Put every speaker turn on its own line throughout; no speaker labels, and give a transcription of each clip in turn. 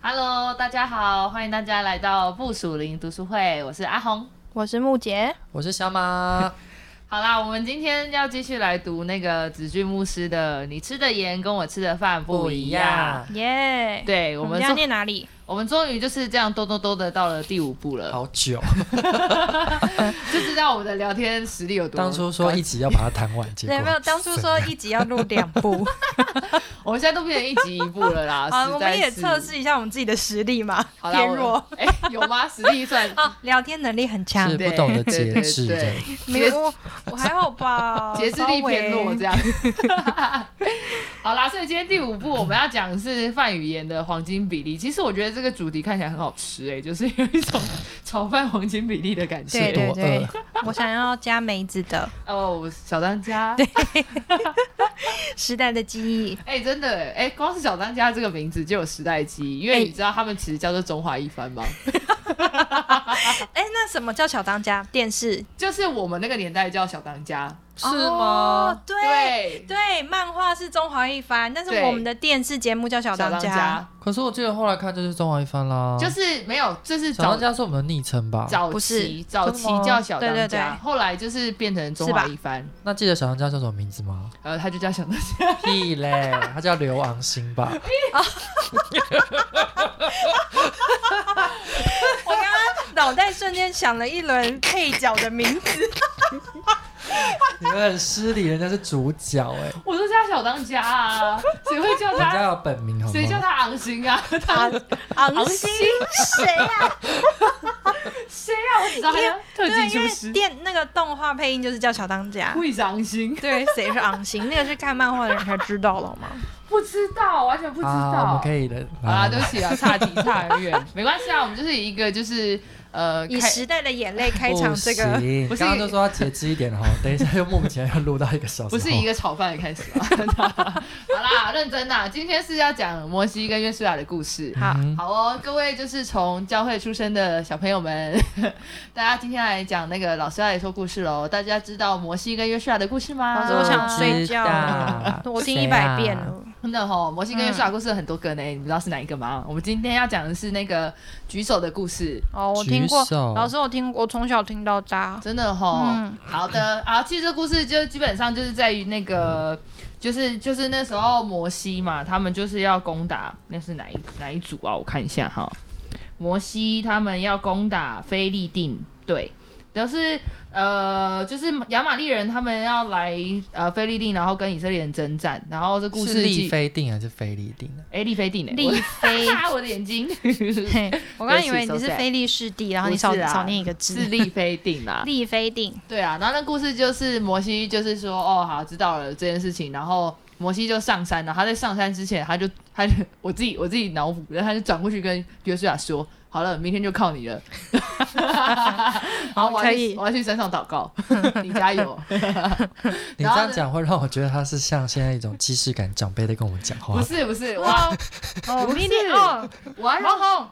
Hello，大家好，欢迎大家来到布署林读书会，我是阿红。
我是木杰，
我是 小马，
好啦，我们今天要继续来读那个子俊牧师的《你吃的盐跟我吃的饭不一样》。
耶、
对我
我
们
们要
终，
念哪里？
我们终于就是这样兜兜兜的到了第五步了，
好 久，
就知道我们的聊天实力有多。
当初说一集要把它谈完，结果
对，没有，当初说一集要录两 部，
我们现在都变成一集一步了啦。 实
好，
在
我们也
是
测。试一下我们自己的实力嘛，
好啦，
偏弱
我。哎、有吗？实力 算
啊，聊天能力很强
是，
对
不懂得
对
节制
对
的
对，
没有，我我还好 吧，
节制力偏弱这
样。
样。 好啦，所以今天第五步我们要讲的是泛语言的黄金比例。其实我觉得这个主题看起来很好吃诶、就是有一种 炒饭黄金比例的感觉。
对对
多
对，我想要加梅子的
哦，小当家，对，
时代的记忆，
哎、真的诶、哎光是小当家这个名字就有时代记忆，因为
哎
你知道他们其实叫做中华一番吗？
哎，那什么叫小当家？电视
就是我们那个年代叫小当家，
是
哦？对
对，
对，漫画是中华一番，但是
对
我们的电视节目叫小
小
当
当
家，
家
可是我记得后来看就是中华一番啦，
就是没有，这是
小
早
当家是我们的昵称吧？
早
不
期
是
早期
真的吗
叫小当家，
对对对
后来就是变成中
是
华
吧
一番，
那记得小当家叫什么名字吗？
然后他就叫小当家。
屁嘞，他叫刘昂星吧？
我刚刚脑袋瞬间想了一轮配角的名字，
你们很失礼，人家是主角哎，
我都叫他小当家啊，谁会叫
人
他？
家有本名好
谁叫
吗？
他昂星啊？他
昂星谁啊？
谁让我只知道他叫特
对，
技
因
厨
为
师？
电那个动画配音就是叫小当家。
为啥昂星？
对，谁是昂星？那个是看漫画的人才知道了吗？
不知道，完全不知
啊，我们
道。
可以的
好啦，
来
对不起啊，差题差得远，没关系啊，我们就是以一个就是呃，
以
开
时代的眼泪开场这
不
个，
行
不是
刚刚就说要节制一点哈，等一下就目前要录到一个小时，
不是一个炒饭的开始啊。 好啦，认真啦，今天是要讲摩西跟约书亚的故事。
好
嗯
好哦，各位就是从教会出身的小朋友们， 大家今天来讲那个老师来说故事喽。大家知道摩西跟约书亚的故事吗？
老师我想睡觉
啊
我听一百遍了。
真的吼，摩西
嗯
跟约书亚故事有很多个呢，你不知道是哪一个吗？我们今天要讲的是那个举手的故事，
哦，我听过
举，手
老师我听，我从小听到大。
真的吼。
嗯
好的，好，其实这故事就基本上就是在于那个，就是就是那时候摩西嘛，他们就是要攻打，那是哪一哪一组啊？我看一下哈，摩西他们要攻打菲利定，对。就是呃，就是亚玛力人他们要来呃菲利定，然后跟以色列人征战，然后这故
是
事
利
记
菲定还是菲利定啊？
哎利菲定哎
利菲，
啊， 我的眼睛
嘿我刚刚以为你是菲利士地，然后你少
不是啊
少念一个字
是，利菲定啊啦。
利菲定。
对啊，然后那故事就是摩西就是说，哦，好，知道了这件事情，然后摩西就上山了。他在上山之前，他就 他就我自己我自己脑补，然后他就转过去跟约书亚说。好了，明天就靠你了。 好，我要
可
去
以
我要去山上祷 告，你加油。
你
然
这
后
样
呢
讲会让我觉得他是像现在一种既视感，长辈在跟我们讲话
不。是不是，我要
哦，哦
不是
明天哦，
我要让
王红，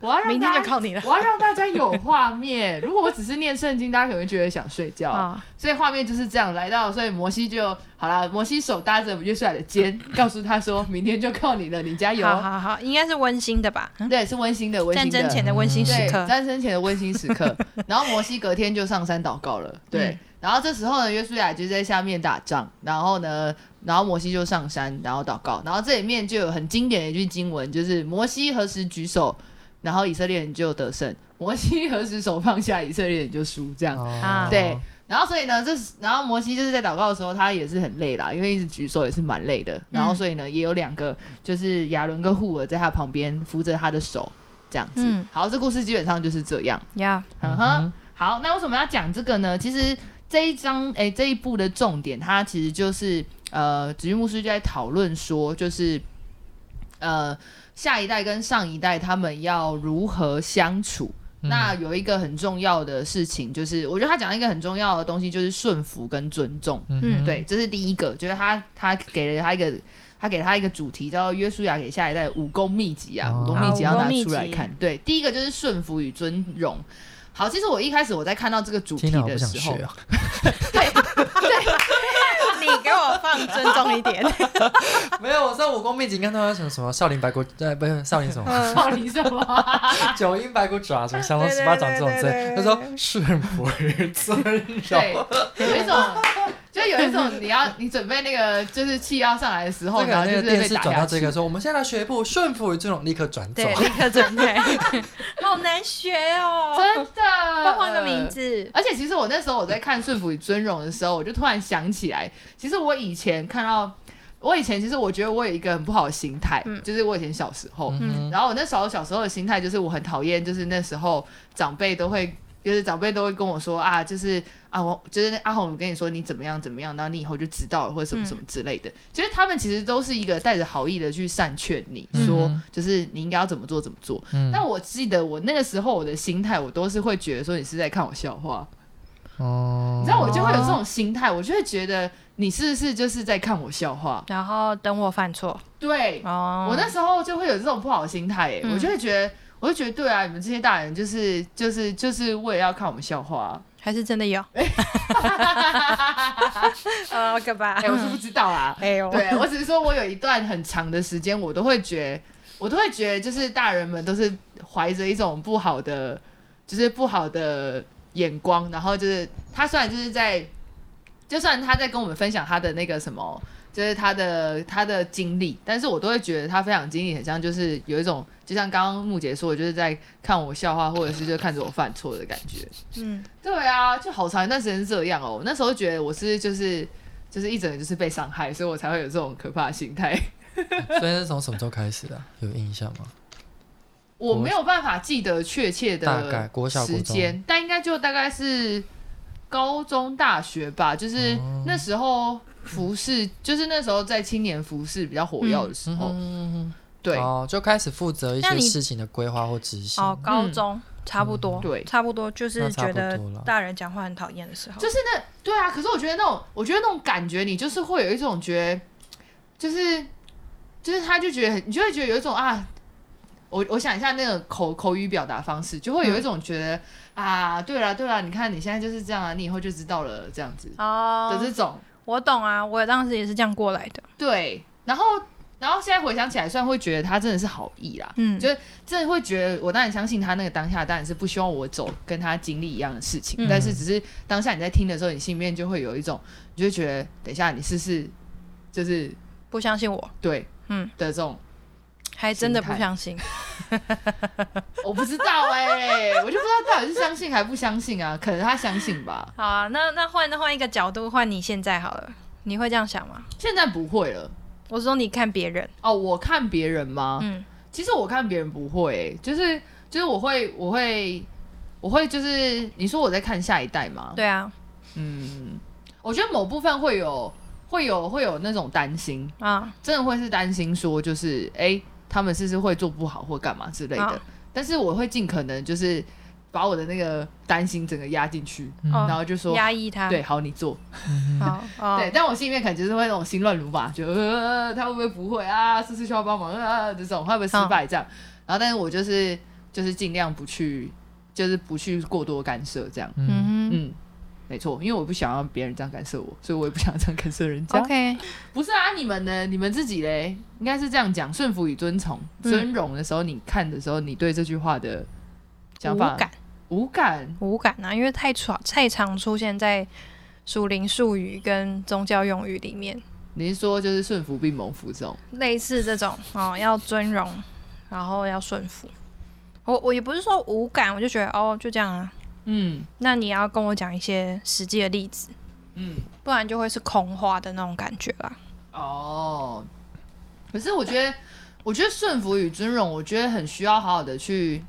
我要让
明天就
大家
靠你了。
我要让大家有画面。如果我只是念圣经，大家可能会觉得想睡觉。
啊，
所以画面就是这样来到，所以摩西就好了。摩西手搭着约书亚的 肩，告诉他说：“明天就靠你了，你加油。哦
好好好，应该是温馨的吧？
对，是温馨的，温
战
馨的。嗯
争前的温馨时
对，
刻。
战争前的温馨时 刻。然后摩西隔天就上山祷告了，对。
嗯
然后这时候呢，约书亚就在下面打仗，然后呢，然后摩西就上山，然后祷告。然后这里面就有很经典的一句经文，就是摩西何时举手，然后以色列人就得胜；摩西何时手放下，以色列人就输。这样。
哦
啊
对，然后所以呢，这是然后摩西就是在祷告的时候，他也是很累啦，因为一直举手也是蛮累的。然后所以呢，也有两个就是亚伦跟护尔在他旁边扶着他的手，这样子。
嗯
好，这故事基本上就是这样。
呀，
嗯哼，好，那为什么要讲这个呢？其实这一章诶，这一部的重点，它其实就是呃，子玉牧师就在讨论说，就是呃，下一代跟上一代他们要如何相处。那有一个很重要的事情，就是我觉得他讲了一个很重要的东西，就是顺服跟尊重。
嗯，
对，这是第一个，就是他他给了他一个，他给了他一个主题叫做约书亚给下一代武功秘籍啊，
哦
武功秘籍
啊
要
武功
拿
秘
出来
籍
看。对，第一个就是顺服与尊荣。好，
啊
其实我一开始我在看到这个主题
听了我
的
不想
时
学
候，
啊，
你你给我放尊重一 点。
没有，我知道武功秘籍，刚才什么什么少林白骨，呃，不是少林什 么
嗯
到底什 么？
九阴白骨爪，什么降龙
对
十
对
八掌
对
这种之类。
对
他
对
说
对
顺不于尊
对
容，，
有一种，就有一种你要你准备那个就是气要上来的时候，
这个
然后
那
就
个
是
电
被
视
打
转到
下
这
去。
个说，我们现在来学一步顺服于尊容，立刻转走
对，。立刻准备。好难学哦，
真的，
包 换个名。字。
而且其实我那时候我在看《顺服与尊荣》的时候，我就突然想起来，其实我以前看到，我以前其实我觉得我有一个很不好的心态，
嗯
就是我以前小时候，
嗯哼，
然后我那时候小时候的心态就是我很讨厌，就是那时候长辈都会，就是长辈都会跟我说啊，就是啊，我就是阿红，我跟你说你怎么样怎么样，然后你以后就知道了或者什么
嗯
什么之类的。其实他们其实都是一个带着好意的去善劝你
嗯
说，就是你应该要怎么做怎么做。
嗯
但我记得我那个时候我的心态，我都是会觉得说你是在看我笑话，
哦
你知道我就会有这种心态，我就会觉得你是不是就是在看我笑话？
然后等我犯错
对，
哦。
我那时候就会有这种不好的心态、欸，
嗯
我就会觉得，我就觉得对啊，你们这些大人就是就是就是为了要看我们笑话、啊
还是真的 有。哦呃，干嘛？
哎、我是不知道啊，
哎呦，
对我只是说我有一段很长的时间，我都会觉我都会觉得就是大人们都是怀着一种不好的，就是不好的眼光，然后就是他虽然就是在，就算他在跟我们分享他的那个什么。就是他的他的经历，但是我都会觉得他分享经历很像，就是有一种就像刚刚木姐说的，就是在看我笑话，或者是就看着我犯错的感觉。
嗯，
对啊，就好长一段时间是这样哦。我那时候觉得我是就是就是一整个就是被伤害，所以我才会有这种可怕的心态。
所以是从什么时候开始的啊？有印象吗？
我没有办法记得确切的
大概国小国
时
中
间，但应该就大概是高中大学吧，就是
哦
那时候服饰，就是那时候在青年服饰比较火药的时
嗯
候，
哼，
对。
哦，就开始负责一
那
些
你
事情的规划或执行。
哦，高中差不多，
对
差不多就
那
是
差
觉
不
得
多了
大人讲话很讨厌的时候，
就是那对啊，可是我觉得那种，我觉得那种感觉，你就是会有一种觉得，就是就是他就觉得很，你就会觉得有一种啊，我我想一下那个口口语表达方式，就会有一种觉得、啊，对了对了，你看你现在就是这样啊，你以后就知道了这样子的
哦，
这种，
我懂啊，我当时也是这样过来的，
对，然后然后现在回想起来，虽然会觉得他真的是好意啦，
嗯，
就真的会觉得，我当然相信他那个当下当然是不希望我走跟他经历一样的事情，
嗯
但是只是当下你在听的时候，你心里面就会有一种，你就会觉得等一下你试试，就是
不相信我，
对，
嗯
的这种，
还真的不相信，
我不知道哎、我就不知道到底是相信还不相信啊，可能他相信吧，
好啊，那那换那换一个角度，换你现在好了，你会这样想吗？
现在不会了
我是说你看别人，
哦，我看别人吗？
嗯，
其实我看别人不会、欸就是就是我会我会我会就是你说我在看下一代吗？
对啊，
嗯，我觉得某部分会有会有会有那种担心，
啊，
真的会是担心说就是哎、诶他们是不是会做不好或干嘛之类的。
啊
但是我会尽可能就是把我的那个担心整个压进去，嗯
哦
然后就说。
压抑他，
对，，好，你做。
好，哦
对，，但我心里面可能就是会那种心乱如麻，就呃，他会不会不会啊？是不是需要帮忙啊？这种会不会失败这样？然后，但是我就是就是尽量不去，就是不去过多干涉这样。
嗯，
嗯
嗯，没错，因为我不想让别人这样干涉我，所以我也不想这样干涉人家。
哼，OK，
不是啊，你们呢？你们自己嘞，应该是这样讲：顺服与尊从、
嗯
尊荣的时候，你看的时候，你对这句话的想
无
法
感
无感
无感啊，因为太常太常出现在属灵术语跟宗教用语里面。
你是说就是顺服并蒙福这种？
类似这种 哦，要尊荣，然后要顺服。我我也不是说无感，我就觉得哦，就这样啊。
嗯
那你要跟我讲一些实际的例子，
嗯，
不然就会是空话的那种感觉啦。
哦。可是我觉得，我觉得顺服与尊荣，我觉得很需要好好的去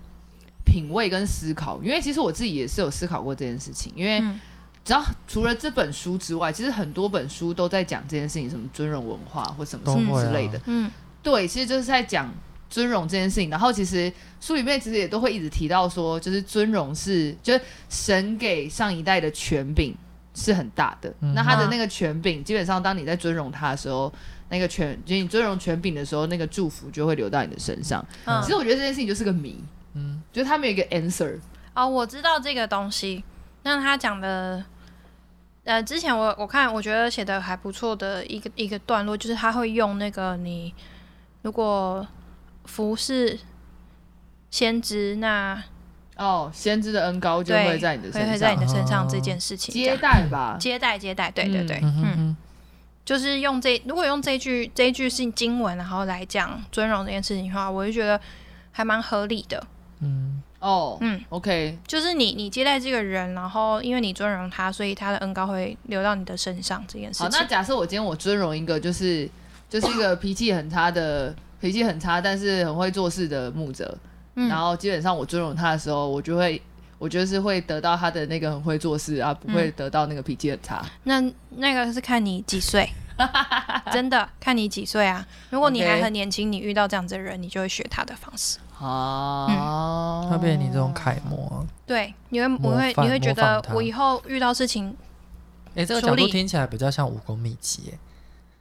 品味跟思考，因为其实我自己也是有思考过这件事情，因为、
嗯
只要除了这本书之外，其实很多本书都在讲这件事情，什么尊荣文化或什么
都
什么
会
之
啊
类的。
嗯
对，其实就是在讲尊荣这件事情。然后其实书里面其实也都会一直提到说，就是尊荣是就是神给上一代的权柄是很大的。
嗯
那他的那个权柄，基本上当你在尊荣他的时候，那个权就是你尊荣权柄的时候，那个祝福就会流到你的身上。
嗯
其，实我觉得这件事情就是个谜，
嗯，
就是他们有一个 answer。
哦，我知道这个东西。那他讲的呃，之前我我看我觉得写的还不错的一个一个段落，就是他会用那个你如果服侍先知，那
哦，先知的恩高就
对
会在你的
会
身
会在
上
嗯
你的身上这件事情这
接
样，
待吧。
接待接待，对对
哦嗯
对，
嗯哼
嗯
哼，
就是用这，如果用这一句这一句是经文，然后来讲尊荣这件事情的话，我就觉得还蛮合理的。
嗯，
哦，
嗯
，OK，
就是你你接待这个人，然后因为你尊荣他，所以他的恩高会流到你的身上这件事
好，那
情。
假设我今天我尊荣一个就是就是一个脾气很差的脾气很差，但是很会做事的牧者，
嗯
然后基本上我尊荣他的时候，我就会我就是会得到他的那个很会做事啊，
嗯
不会得到那个脾气很差。
那那个是看你几岁， 真的看你几岁啊。如果你
OK
还很年轻，你遇到这样子的人，你就会学他的方式。
哦，
他嗯被你这种楷模啊，
对，你会
模
我会
范
你会觉
模
得
仿他
我以后遇到事情
哎，这个
处
角度
理
听起来比较像武功秘籍耶，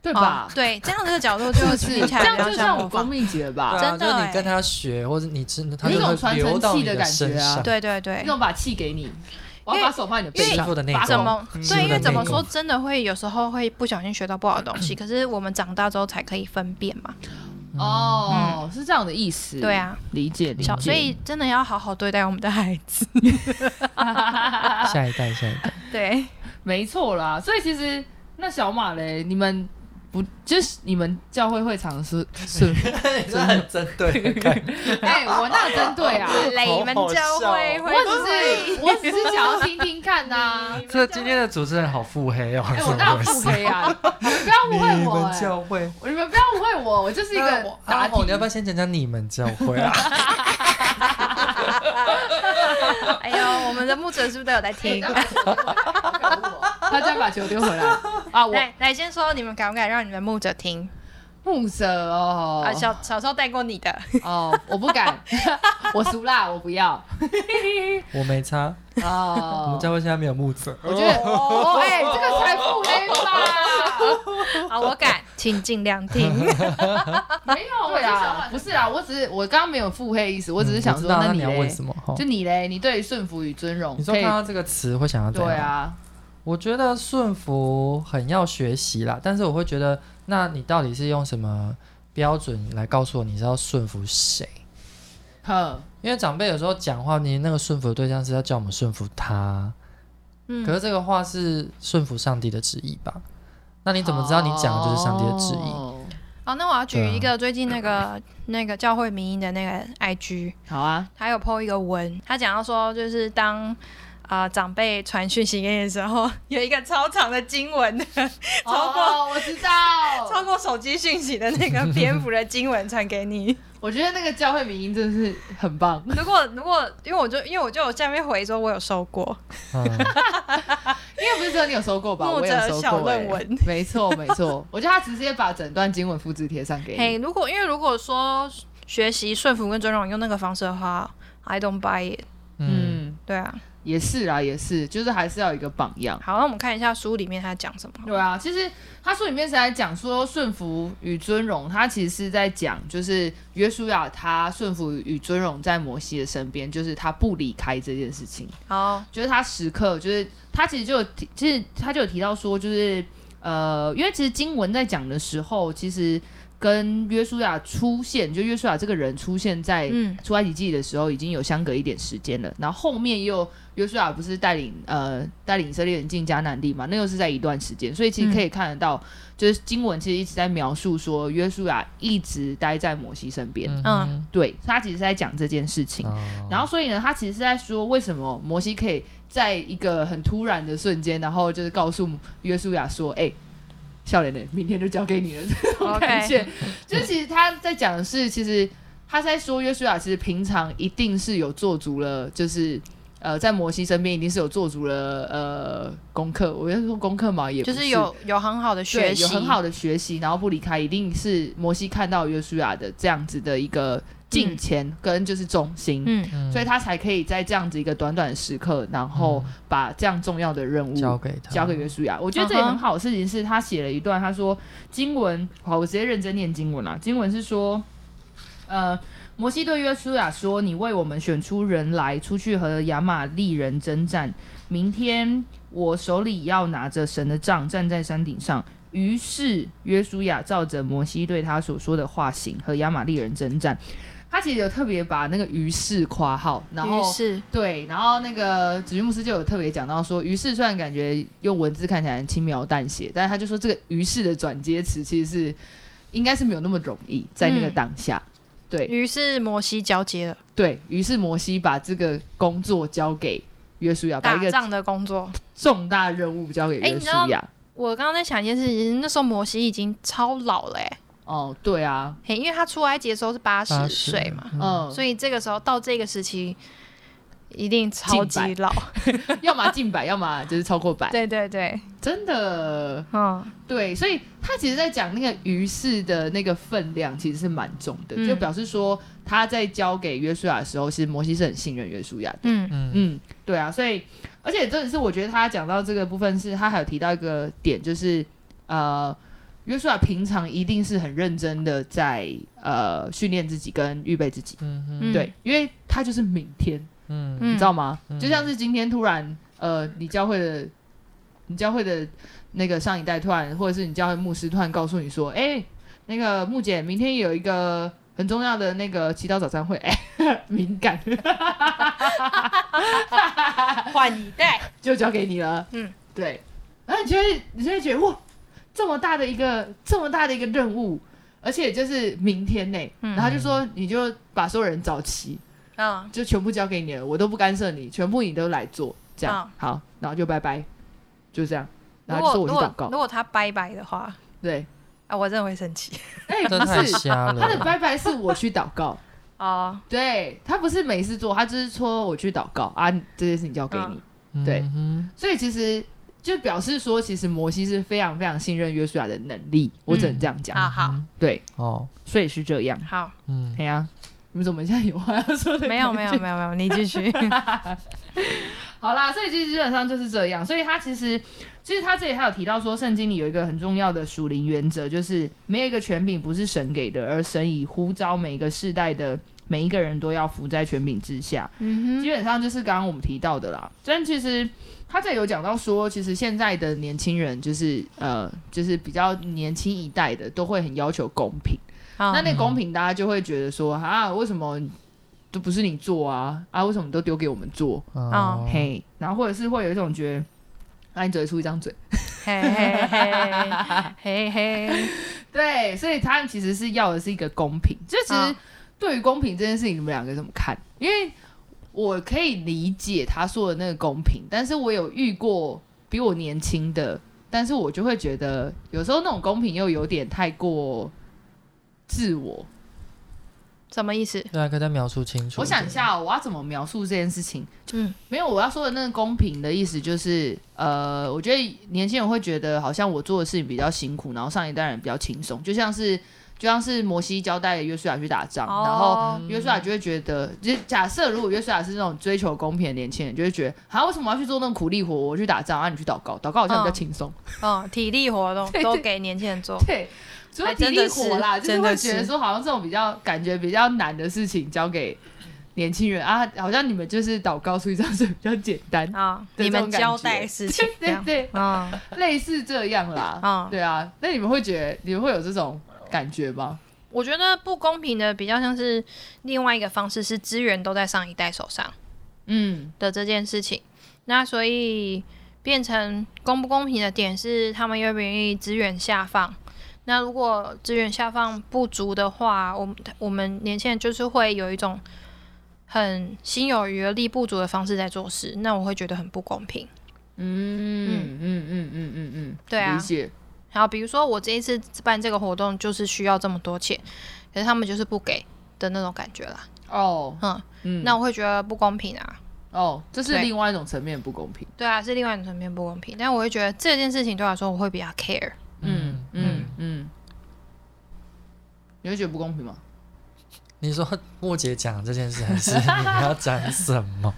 对
哦
吧？，
对这样子的角度
是
就
不
听
是
起
这
来
样
比较
就
像
像
模
武功
仿。
秘籍了吧？
对啊，
真的
就是你
耶
跟他学，或者你真的，他
有一
就
种
会
传
流
承
到
器
你
的
的
感觉
身
啊
上。
对对对
那，种把气给你，我要把手放在你的背
师
上
傅。的内
拔
功
怎么
师
对？
傅
因为
的
怎
内
么说，
功
嗯真的会有时候会不小心学到不好的 东西，可是我们长大之后才可以分辨嘛。
哦，是这样的意思。
嗯对，啊，
理解理
小
解。
所以真的要好好对待我们的孩子。
啊
下一代，下一 代，
对，
没错啦，所以其实那小马嘞，你们不就是你们教会会常 是是？
真的很针对的感觉。
哎、我那针对啊，
雷门教会
我
会不会？
只是我只是想要听听看呐、
这今天的主持人好腹黑哦，
哎、
怎
我当
么
然
回
不
事？
可以啊，你们不要误会
你
我、
们
哎
教会。
你们不要误会我，我就是一
那
个
我
答
阿
题
红，啊哦你要不要先讲讲你们教 会啊？
哎呦，我们的牧者是不是都有在 听？
哎他再把球丢回 来啊！我
来来，先说你们敢不敢让你们牧者听？
木蛇哦，
啊，小小时候带过你的，
哦，我不敢， 我熟啦，我不要
我没差，我
哦
们。教会现在没有牧者。
我觉得，哦，哎、这个才腹黑 吧？
好，我敢， 请尽量听。
没有啦，不是啦，我只是我刚刚没有腹黑意思，我只是想
嗯
说，
知道
那
那
你
要
嘞
问？什么？哈
就你嘞？你对顺服与尊荣，
你说
可
看
以
到这个词会想要怎样？
对，啊，
我觉得顺服很要学习啦，但是我会觉得，那你到底是用什么标准来告诉我你是要顺服谁？
哼，
因为长辈有时候讲话，你那个顺服的对象是要叫我们顺服他，
嗯
可是这个话是顺服上帝的旨意吧？那你怎么知道你讲的就是上帝的旨意？
哦
好，那我要举
对啊
一个最近那个那个教会民意的那个 IG，
好啊，
他有 PO 一个文，他讲到说，就是当啊、呃长辈传讯息给你的时候， 有一个超长的经文的，超过、
哦我知道
超，过手机讯息的那个 篇幅的经文传给你。
我觉得那个教会民音真的是很棒。
如果如果因为我就因为我就有下面回说，我有收过，
嗯，
因为不是只有你有收过吧？
牧
我
者
也有收
小
过、
论
欸
文。
没错，没错。我觉得他直接把整段经文复制贴上给
嘿、
你。
如果因为如果说学习顺服跟尊荣用那个方式的话，I don't buy it。
嗯，
嗯，
对啊，
也是啦，也是，就是还是要有一个榜样。
好，那我们看一下书里面他讲什么。
对啊，其实他书里面是在讲说顺服与尊荣，他其实是在讲就是约书亚他顺服与尊荣在摩西的身边，就是他不离开这件事情，
好，
就是他时刻就是他其实就有提，其实他就有提到说就是呃，因为其实经文在讲的时候，其实跟约书亚出现，就约书亚这个人出现在
嗯
出埃及记的时候已经有相隔一点时间了，然后后面又约书亚不是带领呃带领以色列人进迦南地嘛，那又是在一段时间，所以其实可以看得到，就是经文其实一直在描述说约书亚一直待在摩西身边，
嗯
对他其实是在讲这件事情，
哦
然后所以呢，他其实是在说为什么摩西可以在一个很突然的瞬间，然后就是告诉约书亚说，哎、笑脸的，明天就交给你了， 这种感觉。就是其实他在讲的是，其实他在说约书亚，其实平常一定是有做足了，就是呃，在摩西身边一定是有做足了呃功课。我要说功课嘛，嗯也不
就是有有很好的
对
学习，
有很好的学习，然后不离开，一定是摩西看到约书亚的这样子的一个进前跟就是中心。
嗯，
嗯
所以他才可以在这样子一个短短的时刻，然后把这样重要的任务
交给他，
交给约书亚。
嗯
我觉得这也很好的事情是，他啊写了一段，他说经文，好，我直接认真念经文啦。经文是说，呃，摩西对约书亚说：“你为我们选出人来，出去和亚玛利人征战。明天我手里要拿着神的杖，站在山顶上。”于是约书亚照着摩西对他所说的话行，和亚玛利人征战。他其实有特别把那个“于是”括号，然后
于是
对，然后那个子玉牧师就有特别讲到说，于是虽然感觉用文字看起来很轻描淡写，但是他就说这个“于是”的转接词其实是应该是没有那么容易在那个
嗯
当下。对
于是摩西交接了
对于是摩西把这个工作交给约书亚，把
打
一个
仗的工作。
重大任务交给
哎
约
你
书
知道
亚。
我刚刚在想一件事情，那时候摩西已经超老了、欸，
哦，对啊，
嘿，因为他出埃及的时候是八十
80
岁嘛，
嗯，
所以这个时候到这个时期一定超级
近
老。
要么近百，要么就是超过百，
对对对，
真的
嗯，
对，所以他其实，在讲那个于是的那个分量，其实是蛮重的，
嗯
就表示说他在交给约书亚的时候，其实摩西是很信任约书亚的。
嗯
嗯，
嗯，对啊，所以而且真的是，我觉得他讲到这个部分是，他还有提到一个点，就是呃，约书亚平常一定是很认真的在呃训练自己跟预备自己，
嗯
对，，因为他就是明天，
嗯
嗯
你知道吗？
嗯
就像是今天突然，呃，你教会的，你教会的那个上一代突然，或者是你教会牧师突然告诉你说，哎、那个木姐，明天有一个很重要的那个祈祷早餐会， 哎、敏感，
换一代，
就交给你了。
嗯，
对。然后你就会，你就会觉得哇，这么大的一个，这么大的一个任务，而且就是明天呢、
嗯
然后他就说，你就把所有人找齐，
嗯
就全部交给你了，我都不干涉你，全部你都来做，这样、
嗯
好，然后就拜拜，就这样。然
如
后
果
就说我去
如果
祷告
如，果他拜拜的话，
对，
啊，我真的会生气
哎、
这
不
太
是，
瞎
他的
了。
拜拜是我去祷 告，
哦，
对他不是没事做，他就是说我去祷告啊，这件事情交给你，对
嗯哼，
所以其实就表示说，其实摩西是非常非常信任约书亚的能力，我只能这样讲，
啊好
对，
哦，
所以是这样，
好，
嗯，
哎呀、你们怎么现在有话要说的？
没有没有没有没有，你继 续，
好啦，所以其实基本上就是这样。所以他其实，其实他这里还有提到说，圣经里有一个很重要的属灵原则，就是没有一个权柄不是神给的，而神以呼召每个世代的每一个人都要服在权柄之下。
嗯
基本上就是刚刚我们提到的啦。但其实他这里有讲到说，其实现在的年轻人就是呃，就是比较年轻一代的，都会很要求公平。
哼，好
那，那公平，大家就会觉得说啊，为什么都不是你做啊？啊，为什么都丢给我们做？
哦，
嘿，然后或者是会有一种觉得，那、你只会出一张嘴。
嘿嘿嘿嘿嘿，
对，所以他们其实是要的是一个公平。就其实
嗯
对于公平这件事情，你们两个怎么看？因为我可以理解他说的那个公平，但是我有遇过比我年轻的，但是我就会觉得有时候那种公平又有点太过自我。
什么意思？
对啊，可以再描述清楚。
我想一，下哦、我要怎么描述这件事情？
嗯
没有，我要说的那个公平的意思就是，呃，我觉得年轻人会觉得好像我做的事情比较辛苦，然后上一代人比较轻松，就像是就像是摩西交代约书亚去打仗，然后
哦，
约书亚就会觉得，就假设如果约书亚是那种追求公平的年轻人，就会觉得，啊，为什么我要去做那种苦力活？我去打仗，啊，你去祷告，祷告好像比较轻松。
嗯，体力活动
对对
都给年轻人做，
对，主要
哎
体
真
力
的是
活啦，就是
真的
会觉得
是
说，好像这种比较感觉比较难的事情交给年轻人啊，好像你们就是祷告出一张嘴比较简单，
啊，
对
你
这
们
种感
交
觉
代事情，这
对
样，
对，
嗯，
类似这样啦。
嗯
对啊，那你们会觉得你们会有这种感觉吗？
我觉得不公平的比较像是另外一个方式是资源都在上一代手上
嗯
的这件事情，那所以变成公不公平的点是他们愿不愿意资源下放。那如果资源下放不足的话，我们我们年轻人就是会有一种很心有余而力不足的方式在做事，那我会觉得很不公平。
嗯嗯嗯嗯嗯嗯嗯，
对啊
理解。
然后比如说我这一次办这个活动就是需要这么多钱，可是他们就是不给的那种感觉啦。
哦，
嗯，
嗯，
那我会觉得不公平啊。
哦，这是
对
另外一种层面的不公平。
对啊，是另外一种层面不公平，但我会觉得这件事情对我来说，我会比较 care。
嗯
嗯
嗯嗯，你会觉得不公平吗？
你说莫姐讲这件事，还是你要讲什么？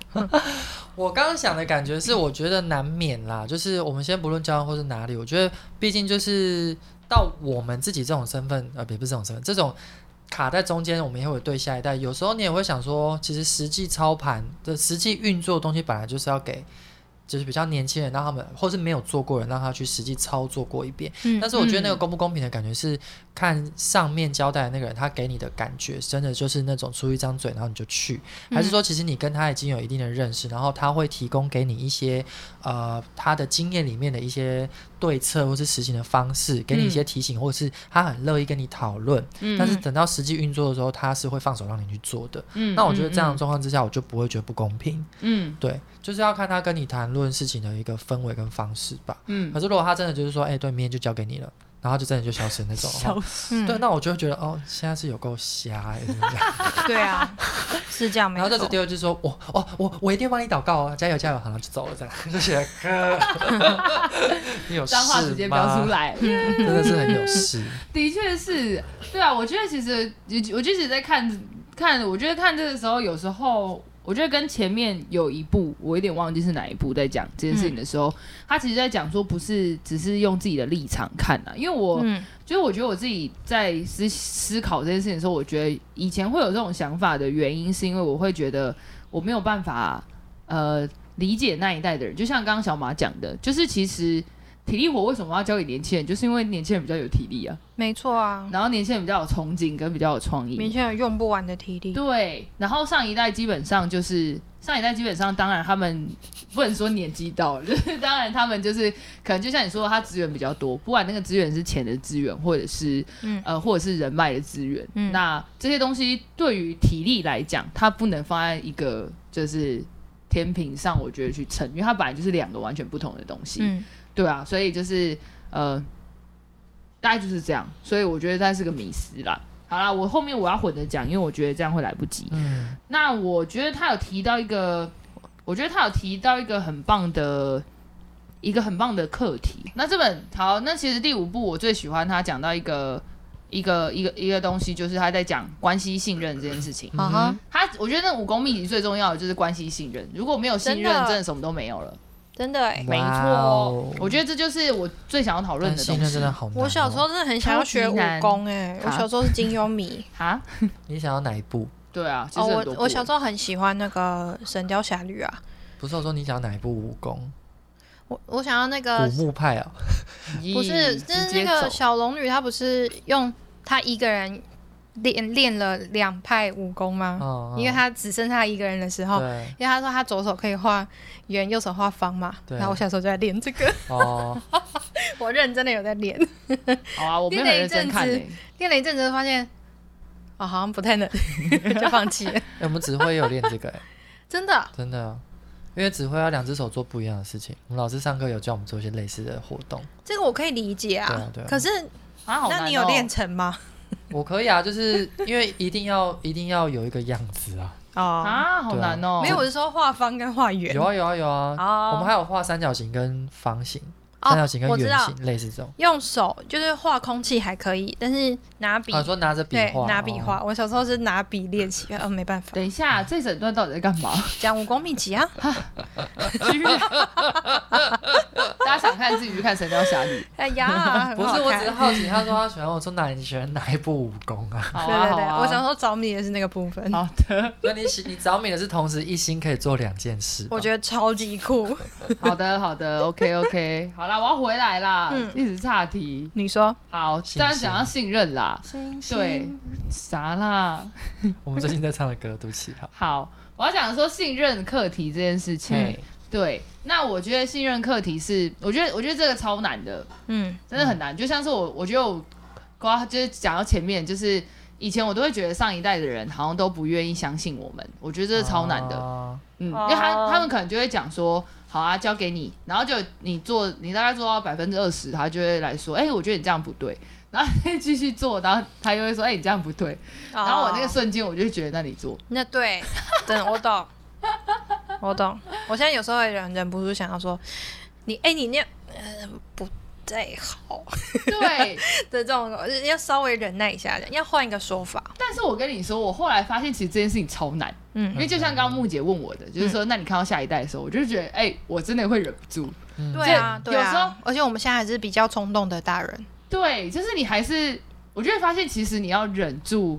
我刚刚想的感觉是，我觉得难免啦，就是我们先不论交换或是哪里，我觉得毕竟就是到我们自己这种身份，呃，也不是这种身份，这种卡在中间，我们也会有对下一代。有时候你也会想说，其实实际操盘的实际运作的东西，本来就是要给。就是比较年轻人，让他们或是没有做过的人，让他去实际操作过一遍。
嗯
但是我觉得那个
嗯
公不公平的感觉是看上面交代的那个人，他给你的感觉真的就是那种出一张嘴，然后你就去，还
嗯
是说其实你跟他已经有一定的认识，然后他会提供给你一些呃他的经验里面的一些对策或是实行的方式，给你一些提醒，或者是他很乐意跟你讨论。
嗯
但是等到实际运作的时候，他是会放手让你去做的。
嗯
那我觉得这样的，状况之下，我就不会觉得不公平。
嗯
对，就是要看他跟你谈论事情的一个氛围跟方式吧。
嗯
可
嗯，
是如果他真的就是说，哎、对，明天就交给你了，然后他就真的就消失那种的话，
笑死，
嗯
对，那我就会觉得，哦，现在是有够瞎哎、是不是
对啊，是这样没
然后这
错
次。第二就是说，我哦我我一定帮你祷告啊，加油加油，好了就走了这样，就觉得 哥，你有事
脏话直接飙出
吗？
来。嗯
真的是很有事，
的确是，对啊，我觉得其实，我就一直在看看，我觉得看这个时候，有时候我觉得跟前面有一部，我有点忘记是哪一部，在讲这件事情的时候，他其实在讲说，不是只是用自己的立场看啊，因为我、
嗯
就是我觉得我自己在思思考这件事情的时候，我觉得以前会有这种想法的原因，是因为我会觉得我没有办法呃理解那一代的人，就像刚刚小马讲的，就是其实。体力活为什么要交给年轻人？就是因为年轻人比较有体力啊，
没错啊，
然后年轻人比较有憧憬跟比较有创
年
意。
轻人用不完的体力。
对，然后上一代基本上就是上一代基本上，当然他们不能说年纪到了，就是当然他们就是可能就像你说的，他资源比较多，不管那个资源是钱的资源，或者是
嗯
呃或者是人脉的资源，
嗯
那这些东西对于体力来讲，它不能放在一个就是天平上，我觉得去称，因为它本来就是两个完全不同的东西。
嗯，
对啊，所以就是呃，大概就是这样，所以我觉得它是个迷思啦。好啦，我后面我要混着讲，因为我觉得这样会来不及。
嗯，
那我觉得他有提到一个，我觉得他有提到一个很棒的一个很棒的课题。那这本好，那其实第五部我最喜欢他讲到一个一个一个一个东西，就是他在讲关系信任这件事情。
啊哈，
他我觉得那武功秘籍最重要的就是关系信任，如果没有信任，
真的
真的什么都没有了。
真的哎，
没
哇
错
哦，
我觉得这就是我最想要讨论
但
的
信
东
任
西
啊真的好难、哦
我小时，候真的很想要学武功哎，
嗯超级
我
难
小时候是金庸迷。
啊。
你想要哪一部？
对啊， 其
哦，
实很多
我
部
我小时候很喜欢那个《神雕侠侣》啊，
不是我说你想要哪一部武功？
我我想要那
古
呃
个
墓派啊，
咦
不是，就是那个
直接走
小龙女，她不是用她一个人练练了两派武
哦
功吗？
嗯，
因为她只剩她一个人的时候，
对
因为她说她左手可以画圆，右手画方嘛。
对
然后我小时候就在练这个，
哦，
我认真的有在练，
好啊，我没有很认真看
那一
诶、
阵 练了一阵子，发现哦好像不太能， 就放弃了。
哎我们指挥有练这个、哎。
真的，
真的，哦因为指挥要两只手做不一样的事情。我们老师上课有教我们做一些类似的活动。
这个我可以理解啊。
对啊对啊
可是
啊，好难、哦。
那你有练成吗？
我可以啊，就是因为一定要一定要有一个样子啊。
哦，
啊？好难哦、
没有，我是说画方跟画圆。
有啊有啊有啊。
哦
我们还有画三角形跟方形，
哦
三角形跟
我知
圆
道
形，类似这种。
用手就是画空气还可以，但是拿笔、
啊，说拿着笔
对
画，
拿笔
哦
画。。我小时候是拿笔练习， 呃，没办法，
等一下，这整段到底在干嘛？
讲武功秘籍 啊。
居然大家想看自己去看《神雕侠侣
哎呀，很
不
好
是，我
看
只是好奇，他说他喜欢，我说哪你喜欢哪一部武功啊？》。
好
对对
啊，好
对，
啊，
我小时候着迷的是那个部分，
好的，
那你喜你着迷的是同时一心可以做两件事吧。
我觉得超级酷。
好的，好的，OK OK，好啦，我要回来啦，
嗯
一直岔题。
你说
好，
信
当然讲到信任啦，对，啥啦？
我们最近在唱的歌，对 不起哈。
好，我要讲说信任课题这件事情。
嗯
嘿
对，那我觉得信任课题是，我觉得我觉得这个超难的，
嗯
真的很难。就像是我，我觉得我刚就是讲到前面，就是以前我都会觉得上一代的人好像都不愿意相信我们，我觉得这是超难的。
哦
嗯，因
哦
为他他们可能就会讲说，好啊，交给你，然后就你做，你大概做到百分之二十，他就会来说，哎、我觉得你这样不对，然后再继续做，然后他又会说，哎、你这样不对，然后我那个
哦
瞬间我就觉得那你做，
那对，真的我懂， 我懂。我现在有时候也忍忍不住想要说，你哎、你那样呃不太好
对，
的这种，要稍微忍耐一下，要换一个说法。
但是我跟你说，我后来发现其实这件事情超难，
嗯
因为就像刚刚木姐问我的，就是说，那你看到下一代的时候，我就觉得，哎、我真的会忍不住，
嗯
对啊，
就
对啊，
有时候
而且我们现在还是比较冲动的大人，
对，就是你还是，我就会发现，其实你要忍住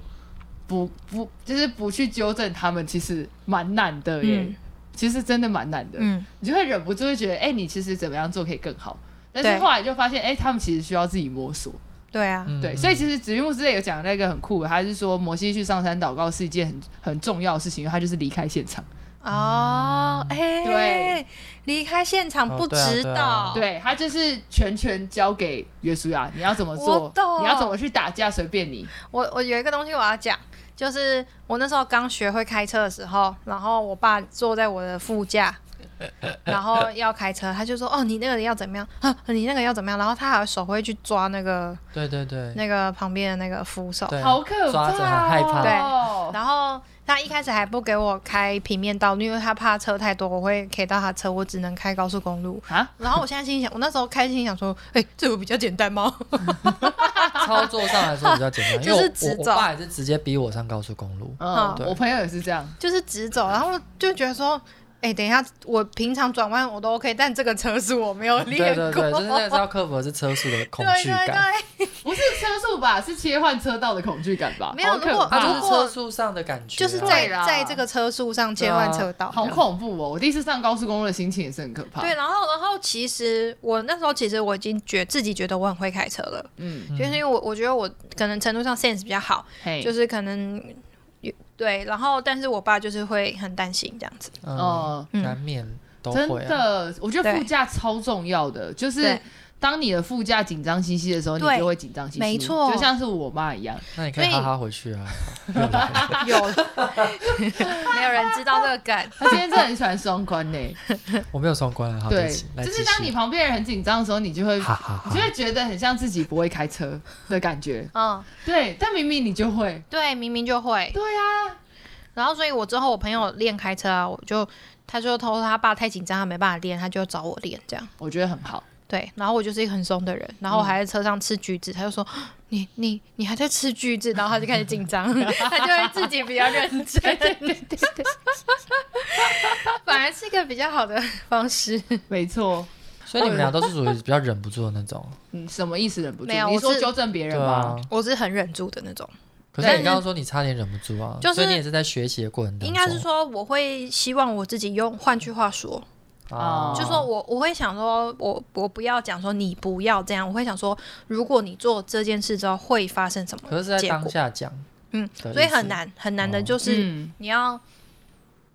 不不就是不去纠正他们，其实蛮难的耶。
嗯
其实真的蛮难的，
嗯，
你就会忍不住会觉得，哎、你其实怎么样做可以更好。但
对
是后来就发现，哎、他们其实需要自己摸索。
对啊，
嗯
对，所以其实子玉牧之类有讲那个很酷的，他是说摩西去上山祷告是一件很很重要的事情，因为他就是离开现场，啊
哦，哎，
对，
离开现场
哦
不
对啊
知
对啊
道，
对他就是全权交给约书亚，你要怎么
我
做
懂，
你要怎么去打架随便你。
我我有一个东西我要讲，就是我那时候刚学会开车的时候，然后我爸坐在我的副驾，然后要开车，他就说：“哦，你那个要怎么样？啊，你那个要怎么样？”然后他还手会去抓那个
对对对，
那个旁边的那个扶手，
对
好可怕、
抓
哦，
着很害怕
对，
然后他一开始还不给我开平面道路，因为他怕车太多，我会 K 到他车，我只能开高速公路。
啊，
然后我现在心里想，我那时候开心想说，哎、这个比较简单吗？
操作上来说比较简 单，
就是
因为
直
我我我
走
爸也是直接逼我上高速公路。
嗯，
对
我朋友也是这样，
就是直走，然后就觉得说，哎、等一下，我平常转弯我都 OK，但这个车速我没有
对
哦练
对
过。
对，就 是那个是要克服的是车速的恐
对
惧
对
感，
对
不是车速吧，是切换车道的恐惧感吧？
没有
好可
如果
怕
它
啊
就
如
是
果
车速上的感觉
就
啊，
是在
对啦
在这个车速上切换车道，
好
这样
恐怖哦！我第一次上高速公路的心情也是很可怕。
对，，然后然后其实我那时候其实我已经觉自己觉得我很会开车了，
嗯，
就是因为我我觉得我可能程度上 sense 比较好，
嘿，
哎
就是是可能对，然后但是我爸就是会很担心这样子，
嗯，
哦、
嗯
难免都
真
会啊。
的，我觉得
对
副驾超重要的，就是
对。
当你的副驾紧张兮兮的时候，你
对
就会紧张兮兮，
没错
就像是我妈一样。
那你可以
所以
哈哈回去啊，
有 没有人知道这个梗？
她今天真的很喜欢双关呢、
我没有双关啊，好，对
对
不起，，来
就
继
是
续。
当你旁边人很紧张的时候，你就会，
哈哈哈
你就会觉得很像自己不会开车的感 觉。
嗯，
对，但明明你就会。
对，明明就会。
对啊，
然后，所以我之后我朋友练开车啊，我就他就偷偷他爸太紧张，他没办法练，他就找我练这样。
我觉得很 好。
对，然后我就是一个很松的人，然后我还在车上吃橘子，他就 说 你你你还在吃橘子，然后他就开始紧 张，他就会自己比较认真，对对对对， 反而是一个比较好的方式。
没错，
所以你们俩都是属于比较忍不住的那种，
嗯，什么意思？忍不住？
没有
你
我
说
是
纠正别
对
人吗
啊？。
我是很忍住的那种，
可是
但
你
是
刚刚说你差点忍不住啊，
就是
所以你也是在学习的过程当中，
应该是说我会希望我自己用，换句话说，哦
啊，
就说我我会想说，我我不要讲说你不要这样，我会想说，如果你做这件事之后会发生什么
可是在
结
当
果？
下讲，
嗯，
的
所以
意思
很难很难的，
哦
就是
嗯，
你要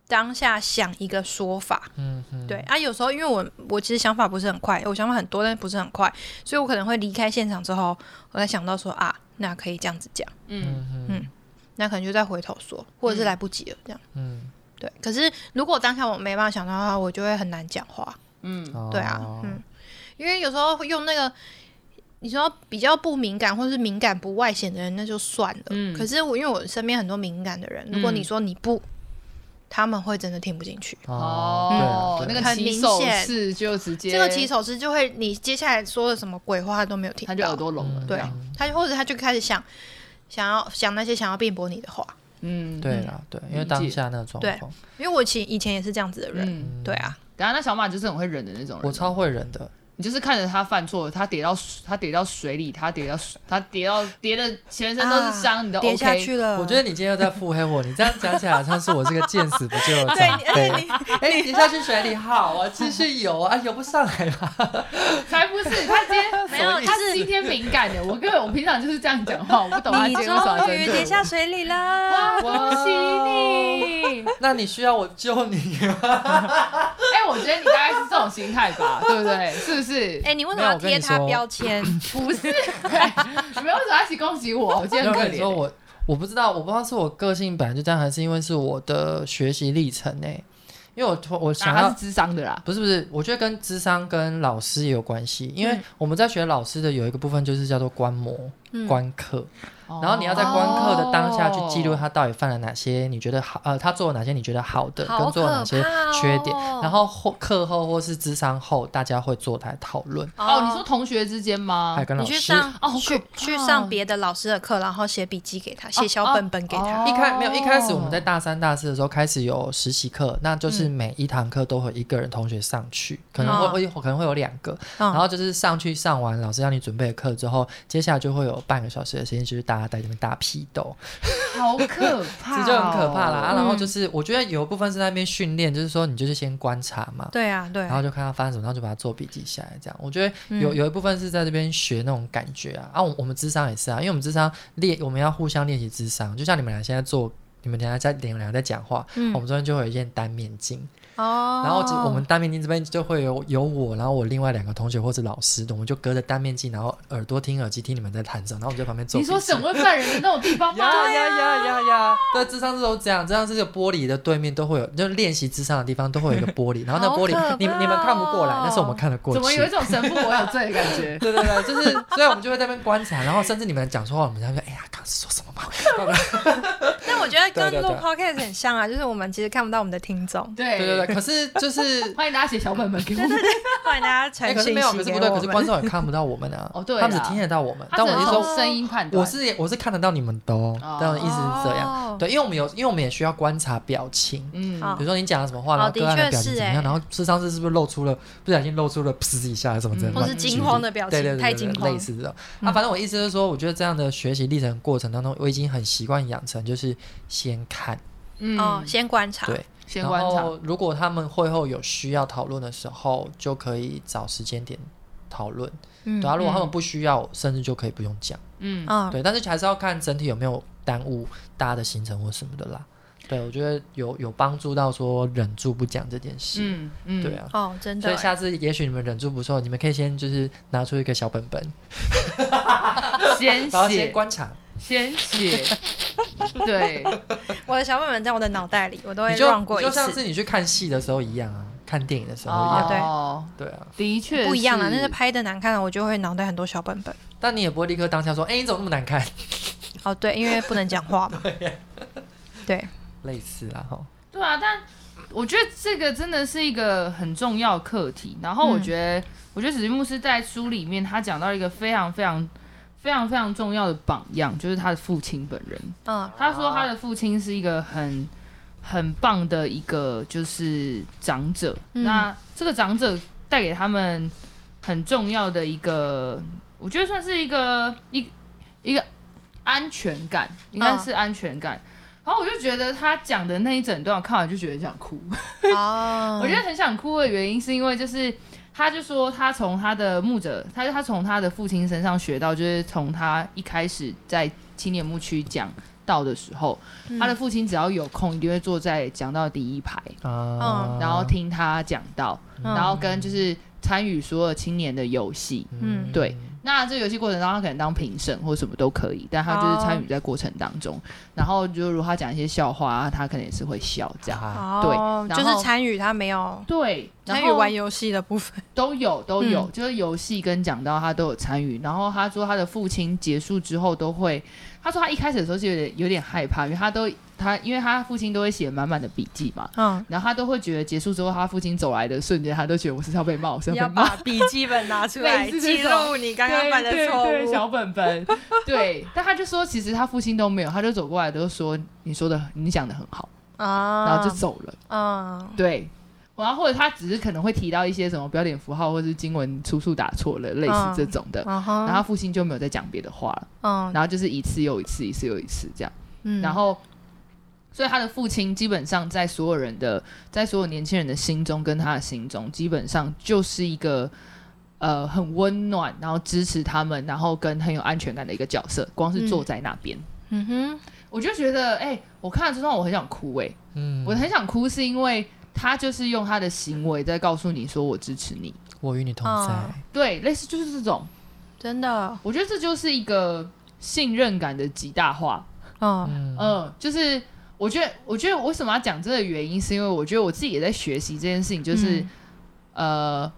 当下想一个说法。
嗯哼，
对啊，有时候因为我我其实想法不是很快，我想法很多，但是不是很快，所以我可能会离开现场之后，我才想到说啊，那可以这样子讲，
嗯，
那可能就再回头说，或者是来不及了这样。
嗯，
对，可是如果当下我没办法想到的话，我就会很难讲话。
嗯，
哦
对啊，嗯，因为有时候会用那个，你说比较不敏感或是敏感不外显的人，那就算了。
嗯
可是我因为我身边很多敏感的人，如果你说你不，他们会真的听不进去。
哦
啊
那
对，对
个
很
起
明
手
显
式就直接，
这个起手式就会，你接下来说的什么鬼话他都没有听
他
到，
就耳朵聋了，这
嗯
对
样，
他就或者他就开始想想要想那些想要辩驳你的话，
嗯，
对啦，对，啊因为
理
当
解
下那个状
对
况，
因为我以前以前也是这样子的人，
嗯，
对啊，
等下那小马就是很会忍的那种人，
我超会忍的，
你就是看着他犯错，他跌到水他跌到水里，他跌到水他跌到跌的全身都是伤，你都
啊跌
OK，
下去了，
我觉得你今天又在腹黑我，你这样讲起来好像是我这个见死不救的
对
长
你，
辈
而。且你
哎，你跌下去水里好啊，继续游啊，游不上来吧？
才不是，他今天
没有
他
就是
今天敏感的，我根本我平常就是这样讲话，我不懂他
你
今天为什么
终于
针
跌
对
下水里了，
我，我恭喜你，
那你需要我救你吗？
哎，我觉得你大概是这种心态 吧，对不对？是不是？
哎、你为什么
没有
要
我跟
贴
你
他
说
标签？
不 是，你们为什么要一起攻击我？我今天
要
很可
跟你说
怜。
我，我不知道，我不知道是我个性本来就这样，还是因为是我的学习历程呢、因为我突我
啊
想
他
要、
是智商的啦，
不是不是，我觉得跟智商跟老师也有关系，因为
嗯
我们在学老师的有一个部分就是叫做观摩、
嗯
观课，然后你要
哦
在观课的当下去记录他到底犯了哪些你觉得好，呃，他做了哪些你觉得好的，
好
跟做了哪些
可怕哦
缺点，然后后课后或是智商后，大家会坐来讨论，
哦，你说同学之间吗
还有？跟老
你去
师。
上
哦好
去
可怕
去上别的老师的课，然后写笔记给他，写小本本给他。
哦
一开没有一开始我
哦
们在大三大四的时候开始有实习课，那
嗯
就是每一堂课都会一个人同学上去，可
哦
能会会可能会有两个，
嗯
然后就是上去上完老师让你准备的课之后，接下来就会有有半个小时的时间，就是大家在那边打批斗，
好可怕、
这
哦，
就很可怕啦。啊然后
嗯
就是我觉得有一部分是在那边训练，就是说你就是先观察嘛，
对啊，对
然后就看他发生什么，然后就把它做笔记下来。这样，我觉得有有一部分是在这边学那种感觉啊。啊，我我们智商也是啊，因为我们智商练，我们要互相练习智商。就像你们俩现在做，你们俩在你们俩在讲话，
嗯
我们中间就会有一件单面镜，
哦，
然后就我们单面镜这边就会有有我，然后我另外两个同学或者老师，我们就隔着单面镜，然后耳朵听耳机听你们在谈什么，然后我们就在旁边做
你
笔记。
说审问犯人的那种地方吗？
呀呀呀呀呀！对，智商是都这样，智商是有玻璃的对面都会有，就是练习智商的地方都会有一个玻璃，然后那玻
好可怕
璃你们你们看不过来，但是我们看得过去。
怎么有一种神父我有罪的感觉？
对对对，就是，所以我们就会在那边观察，然后甚至你们讲说话，我们在那边，哎呀，刚刚是说什么嘛？
但我觉得
对对
跟录
对
podcast 很像啊，就是我们其实看不到我们的听 众，
对
对对对，可是就是，
欢迎大家写小本本给我们。
欢迎大家
哎，
传
可
信
是
息
没有，可是
给
不
我
对，
们。
可是观众也看不到我们啊，
哦对啦
他们只听得到我们，
他
但
只
我
能
是
从
说，
声音判断，
我是也我是看得到你们的哦，
哦
但我的意思是这
哦
样，对，因为我们有，因为我们也需要观察表情。
嗯，
好
比如说你讲了什么话，然后
哦的
个案的
确
表情
是
怎么
哎
样，然后智商是是不是露出了不小心露出了噗一下什么之类的
嗯
乱
或是
七八糟，
惊
慌的表情
对对对对
太
对
惊慌嗯
类似这种。啊，反正我意思是说，我觉得这样的学习历程过程当中，我已经很习惯养成就是先看，
嗯，
哦，先观察。
对，
先
然
观察，
后如果他们会后有需要讨论的时候，就可以找时间点讨论。
嗯
对啊，如果他们不需要，甚至就可以不用讲。
嗯，
嗯，
对，但是还是要看整体有没有耽误大家的行程或什么的啦。对，我觉得有有帮助到说忍住不讲这件事。
嗯嗯，
对，啊。
哦，真
所
的
以
欸，
下次也许你们忍住不受，你们可以先就是拿出一个小本本，
先
然后先
写，
观察，
先 写，对，
我的小本本在我的脑袋里，我都会
你就
乱
你
过一
就像
次。
是你去看戏的时候一样啊，看电影的时候一样，
哦，
对啊。
的确
不一样
啊
啦，，那是拍的难看了，我就会脑袋很多小本本。
但你也不会立刻当下说，哎、你怎么那么难看？
哦，对，因为不能讲话 嘛。对，
类似啦哈，
对啊，但我觉得这个真的是一个很重要的课题。然后我觉得，我觉得史蒂牧师在书里面他讲到一个非常非常。非常非常重要的榜样就是他的父亲本人。
嗯，
他说他的父亲是一个很很棒的一个就是长者，
嗯
那这个长者带给他们很重要的一个，我觉得算是一个一一个安全感，应该是安全感。然后我就觉得他讲的那一整段，我看完就觉得想哭。
哦，
我觉得很想哭的原因是因为就是。他就说，他从他的牧者，他他从他的父亲身上学到，就是从他一开始在青年牧区讲道的时候，他的父亲只要有空，一定会坐在讲道的第一排，
啊、
嗯然后听他讲道，
嗯
然后跟就是参与所有青年的游戏。
嗯
对，那这个游戏过程当中，他可能当评审或什么都可以，但他就是
哦
参与在过程当中。然后就如果他讲一些笑话，啊他可能也是会笑这样。
啊，
哦，
对然
就是
后
参与他没有
对，然
参与
后
玩游戏的部分。
都有都有，
嗯
就是游戏跟讲到他都有参与。然后他说他的父亲结束之后都会，他说他一开始的时候是有点有点害怕，因为他都他因为他父亲都会写满满的笔记嘛，
嗯，
然后他都会觉得结束之后他父亲走来的瞬间，他都觉得我是要被骂，我是
你
要
要
被骂。
把笔记本拿出 来
类似这
记
种
录你刚刚犯的
对
错
对对
误。
小本本， 对，但他就说，其实他父亲都没有，他就走过来，都说你说的，你讲的很好，
啊，
然后就走了。
嗯，
对，然后或者他只是可能会提到一些什么标点符号或是经文出处打错了，类似这种的。
嗯然后
然后父亲就没有再讲别的话了，
嗯
然后就是一次又一次，一次又一次这样。
嗯，
然后，所以他的父亲基本上在所有人的，在所有年轻人的心中，跟他的心中，基本上就是一个呃很温暖，然后支持他们，然后跟很有安全感的一个角色。光是坐在那边，
嗯哼，
我就觉得，哎、我看了这段我很想哭、哎、
嗯，
我
我
很想哭是因为他就是用他的行为在告诉你说我支持你，
我与你同在，
哦
对，类似就是这种，
真的，
我觉得这就是一个信任感的极大化。
嗯
嗯
嗯，就是我觉得，我觉得我为什么要讲这个原因，是因为我觉得我自己也在学习这件事情，就是、
嗯
呃，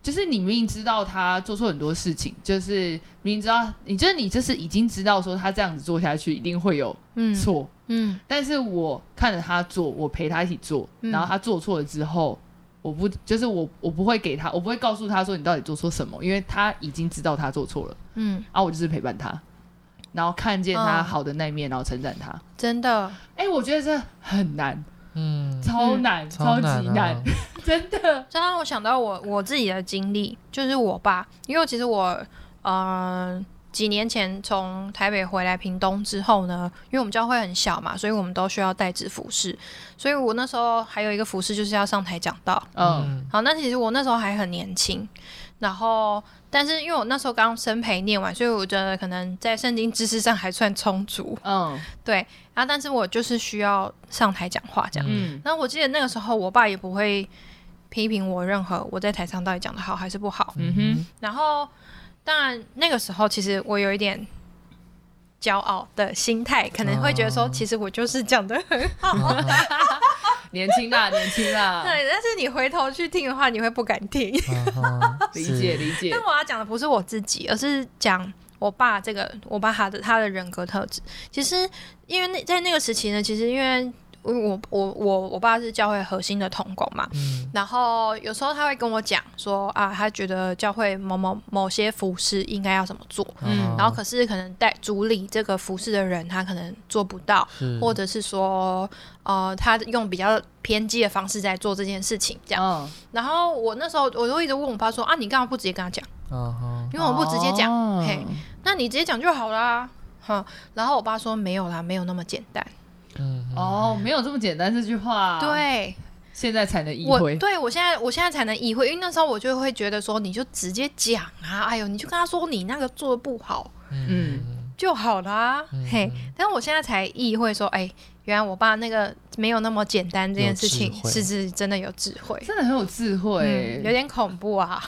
就是你明明知道他做错很多事情，就是明明知道，你就是你就是已经知道说他这样子做下去一定会有
嗯
错，
嗯
但是我看着他做，我陪他一起做，
嗯
然后他做错了之后。我不就是我，我不会给他，我不会告诉他说你到底做错什么，因为他已经知道他做错了，
嗯，
啊，我就是陪伴他，然后看见他
嗯
好的那一面，然后称赞他。
真的，
哎、我觉得这很难，
嗯，
超难，哦超级难，
啊
真的。
这让我想到我我自己的经历，就是我爸，因为其实我，嗯、几年前从台北回来屏东之后呢，因为我们教会很小嘛，所以我们都需要带制服饰，所以我那时候还有一个服饰就是要上台讲道。
嗯，
好，那其实我那时候还很年轻，然后但是因为我那时候刚生培念完，所以我觉得可能在圣经知识上还算充足，
嗯
对。然、后但是我就是需要上台讲话这样。
嗯
那我记得那个时候，我爸也不会批评我任何我在台上到底讲的好还是不好。
嗯哼，
然后，当然那个时候其实我有一点骄傲的心态，可能会觉得说，
哦
其实我就是讲的很好。
年轻啦，年轻啦，
对，但是你回头去听的话，你会不敢听。
嗯哼
理
是
解理解
但，我要讲的不是我自己，而是讲我爸这个，我爸他的他的人格特质。其实，因为那在那个时期呢，其实因为我我我我爸是教会核心的童工嘛，
嗯
然后有时候他会跟我讲说啊，他觉得教会某某某些服饰应该要怎么做，
嗯
然后可是可能带主理这个服饰的人他可能做不到，
嗯
是
或者是说呃他用比较偏激的方式在做这件事情这样。
嗯，
然后我那时候我就一直问我爸说啊，你干嘛不直接跟他讲？
嗯哼
因为我不直接讲，
哦
嘿，那你直接讲就好啦。哼，然后我爸说没有啦，没有那么简单。
嗯哼
哦，没有这么简单这句话，，
对，
现在才能意
我
会，
对我现在我现在才能意会，因为那时候我就会觉得说，你就直接讲啊，哎呦，你就跟他说你那个做的不好
嗯
就好啦，
嗯
嘿。但我现在才意会说，哎，原来我爸那个没有那么简单这件事情
有智，慧
是是真的有智慧，
真的很有智慧欸
嗯，有，点恐怖啊，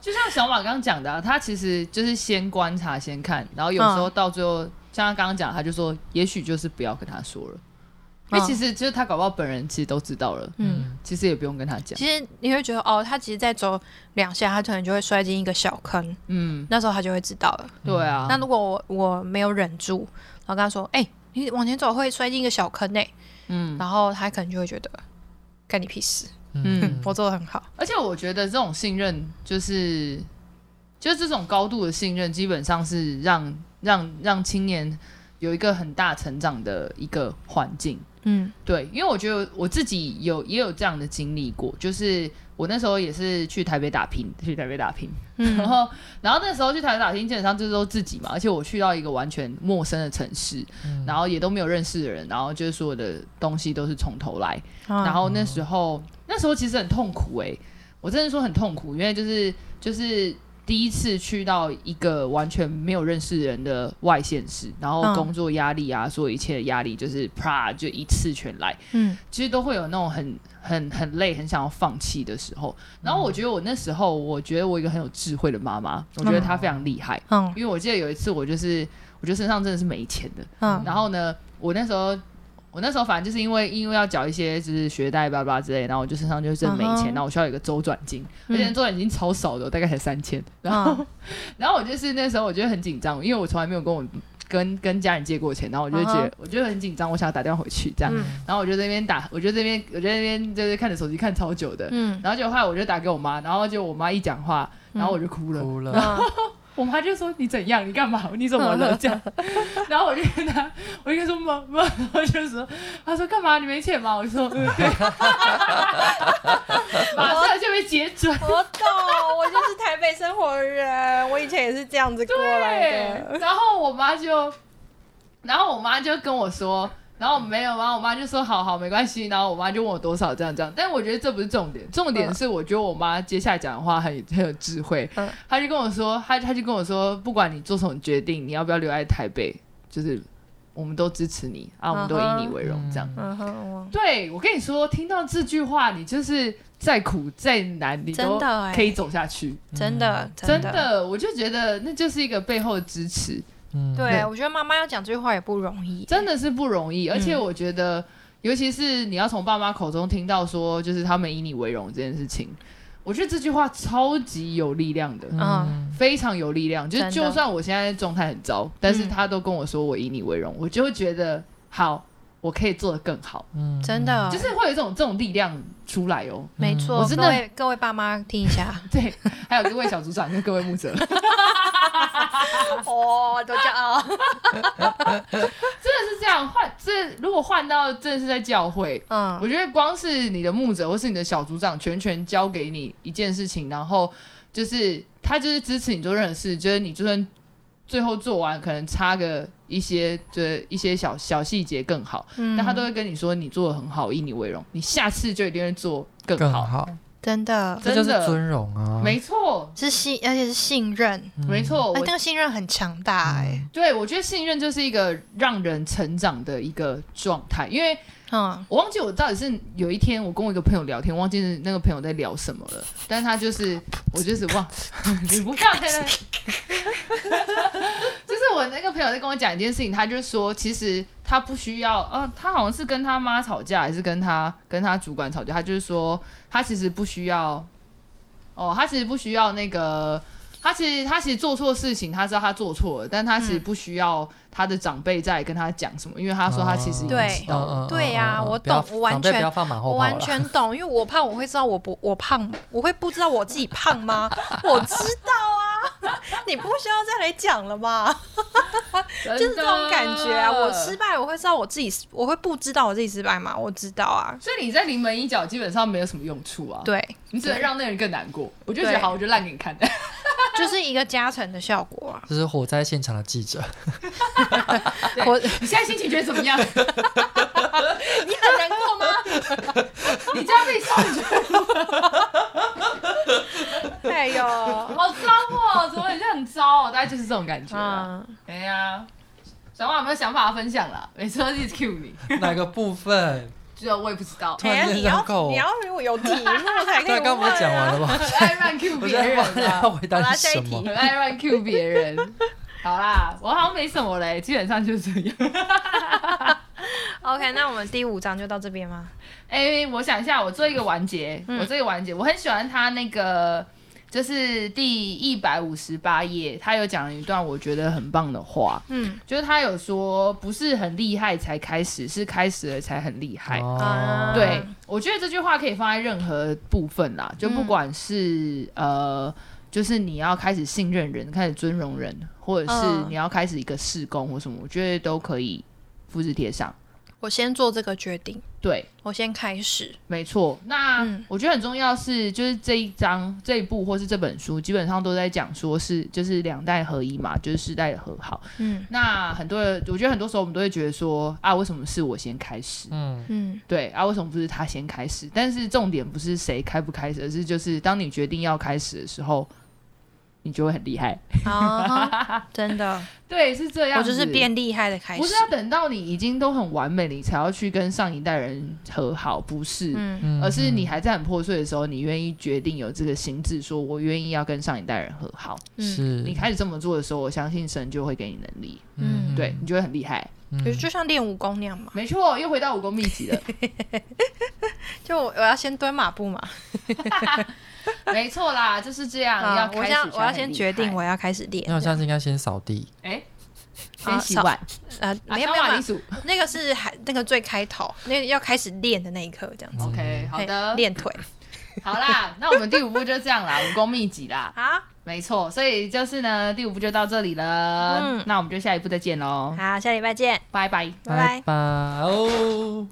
就像小马刚刚讲的啊，他其实就是先观察先看，然后有时候
嗯
到最后，像他刚刚讲，他就说，也许就是不要跟他说了，因为
嗯
其实就是他搞不好本人其实都知道了，
嗯。
其实也不用跟他讲，
其实你会觉得哦，他其实再走两下，他可能就会摔进一个小坑，
嗯，
那时候他就会知道了。
对啊，
那如果我我没有忍住，然后跟他说：“哎、你往前走会摔进一个小坑呢、
嗯。
然后他可能就会觉得干你屁事，
嗯
我做的很好。
而且我觉得这种信任，就是就是这种高度的信任，基本上是让让让青年有一个很大成长的一个环境。
嗯
对，因为我觉得我自己有也有这样的经历过，就是我那时候也是去台北打拼，去台北打拼， 然后然后那时候去台北打拼，基本上就是都自己嘛，而且我去到一个完全陌生的城市，然后也都没有认识的人，然后就是所有的东西都是从头来，
嗯，
然后那时候，那时候其实很痛苦哎、我真的说很痛苦，因为就是就是第一次去到一个完全没有认识人的外县市，然后
嗯
工作压力啊，所有一切的压力就是啪就一次全来，
嗯
其实都会有那种很很很累、很想要放弃的时候。然后我觉得我那时候，我觉得我有一个很有智慧的妈妈，我觉得她非常厉害，
嗯
因为我记得有一次我就是我觉得身上真的是没钱的，
嗯
然后呢，我那时候我那时候反正就是因为因为要缴一些就是学贷巴拉之类，然后我就身上就是真的没
嗯
钱，
哼
然后我需要有一个周转金，
嗯
而且周转金超少的，大概才三千。然后、 然后我就是那时候我觉得很紧张，因为我从来没有跟我跟跟家人借过钱，然后我就觉得、
嗯哼
我就很紧张，我想要打电话回去这样，
嗯
然后我就在那边打，我就在那边我就在那边就是看着手机看超久的。
嗯，
然后就后来我就打给我妈，然后就我妈一讲话，然后我就哭了。
哭 了，
嗯
我妈就说你怎样，你干嘛，你怎么了这样，然后我就跟她，我就跟她说妈妈，我就说，她说干嘛你没钱吗？我说嗯对，马上就被截转。
我懂，哦我就是台北生活的人，我以前也是这样子过来的。
对，然后我妈就，然后我妈就跟我说，然后没有，然啊后我妈就说好好没关系，然后我妈就问我多少这样这样，但我觉得这不是重点，重点是我觉得我妈接下来讲的话很很有智慧
嗯，
她就跟我说，她她就跟我说，不管你做什么决定，你要不要留在台北，就是我们都支持你啊，我们都以你为荣这样。
嗯哼，我
对，我跟你说，听到这句话，你就是再苦再难，你
真
都
的欸
可以走下去。
真的
真
的，
的，我就觉得那就是一个背后的支持。
嗯
对我觉得妈妈要讲这句话也不容易。
真的是不容
嗯
易。而且我觉得，尤其是你要从爸妈口中听到说，就是他们以你为荣这件事情，我觉得这句话超级有力量的，
嗯
非常有力量。就是
真的嗯
就算我现在状态很糟，但是他都跟我说我以你为荣，我就会觉得好，我可以做得更好，
嗯
真的，
就是会有一种这种力量出来哦。
没错，
我真的
各位各位爸妈听一下，
对，还有各位小组长跟各位牧者，
哦，多骄傲。
真的是这样换。这如果换到真的是在教会，
嗯
我觉得光是你的牧者或是你的小组长全权交给你一件事情，然后就是他就是支持你做任何事，就是你就算最后做完可能差个一些，就是一些小小细节更好，
嗯，
但他都会跟你说你做的很好，以你为荣，你下次就一定会做更
嗯更
好。
好，
真的
这
真
就
的
是尊荣啊，
没错，
是信，而且是信任，
嗯
没，错，
哎，
我
那个信任很强大哎，
对我觉得信任就是一个让人成长的一个状态，因为
嗯，
我忘记我到底是有一天我跟我一个朋友聊天，忘记是那个朋友在聊什么了，但是他就是我就是忘， 你不要在那， 就是我那个朋友在跟我讲一件事情，他就说其实他不需要，呃，他好像是跟他妈吵架，还是跟他跟他主管吵架，他就是说他其实不需要，哦，他其实不需要那个。他其实他其实做错事情，他知道他做错了，但他其实不需要他的长辈再跟他讲什么，因为他说他其实已经
对
知道了。
嗯嗯嗯
对呀
嗯嗯
我
不要
懂我完
长辈不
全
要放马后
我
炮
完
了
全懂，因为我怕我会知道我不我胖，我会不知道我自己胖吗？ 我知道啊，你不需要再来讲了吧？就是这种感觉啊，我失
是，
败我会知道我自己，我会不知道我自己失败吗？我知道啊，
所以你在临门一脚基本上没有什么用处
哦
啊，，
对，
你只能让那个人更难过。我就觉得
对
好，我就烂给你 看。
就是一个加成的效果啊。
这是火灾现场的记者，
我
你现在心情觉得怎么样？
你很难过吗？
你这样被笑，你觉得
哎 呦，
好脏哦，怎么很像很糟哦？大概就是这种感觉啊。
嗯，
哎呀，小马有没有想法分享啦？每次都是 Q 你，
哪个部分？
这我也不知道，
突然
哎
间
你要
绕口
你要有有题目才可
对，
以
刚刚不是讲完了吗？
很爱乱 Q
我
别
在
人
问
啊
要，回
好
答
啦
是
下一
什
题
么？
很爱乱 Q 别人。好啦，我好像没什么嘞，基本上就是这样。
OK，那我们第五章就到这边吗？
哎、我想一下，我做一个完结，
嗯
我做一个完结，我很喜欢他那个，就是第一百五十八页，他有讲了一段我觉得很棒的话，
嗯
就是他有说，不是很厉害才开始，是开始了才很厉害。
哦
啊，
对，我觉得这句话可以放在任何部分啦，就
嗯
不管是、呃，就是你要开始信任人，开始尊荣人，或者是
嗯
你要开始一个事工或什么，我觉得都可以复制贴上。
我先做这个决定，
对，
我先开始。
没错，那
嗯
我觉得很重要是，就是这一章、这一部或是这本书，基本上都在讲说是就是两代合一嘛，就是世代和好。
嗯
那很多人，我觉得很多时候我们都会觉得说啊，为什么是我先开始？
嗯，
嗯
对啊，为什么不是他先开始？但是重点不是谁开不开始，而是就是当你决定要开始的时候，你就会很厉害。
啊，真的，
对，是这样
我
子，
就是变厉害的开始。
不是要等到你已经都很完美，你才要去跟上一代人和好，不是？
嗯
嗯
而是你还在很破碎的时候，你愿意决定有这个心智，说我愿意要跟上一代人和好。
嗯，
是
你开始这么做的时候，我相信神就会给你能力，
嗯
对你就会很厉害。
就
嗯
就像练武功那样嘛，
没错，又回到武功秘籍 了。
就我我要先蹲马步嘛。
没错啦，就是这样。
啊
要
我
开始
要我
才
要
很
先
厉
决定
害
我要开始练
那。我下次应该先扫地，
哎，
啊
先洗
扫
碗，
呃，
啊
没有
扫
没有
碗一
没有，
嗯
数。
那个是还那个最开头，那个要开始练的那一刻，这样子。
OK，好
嘿
的，
练腿
好啦，那我们第五步就这样啦，武功秘籍 啦，
好，
没错。所以就是呢，第五步就到这里了。
嗯
那我们就下一步再见喽，
好，下礼拜见，
拜拜。
拜拜。
拜哦。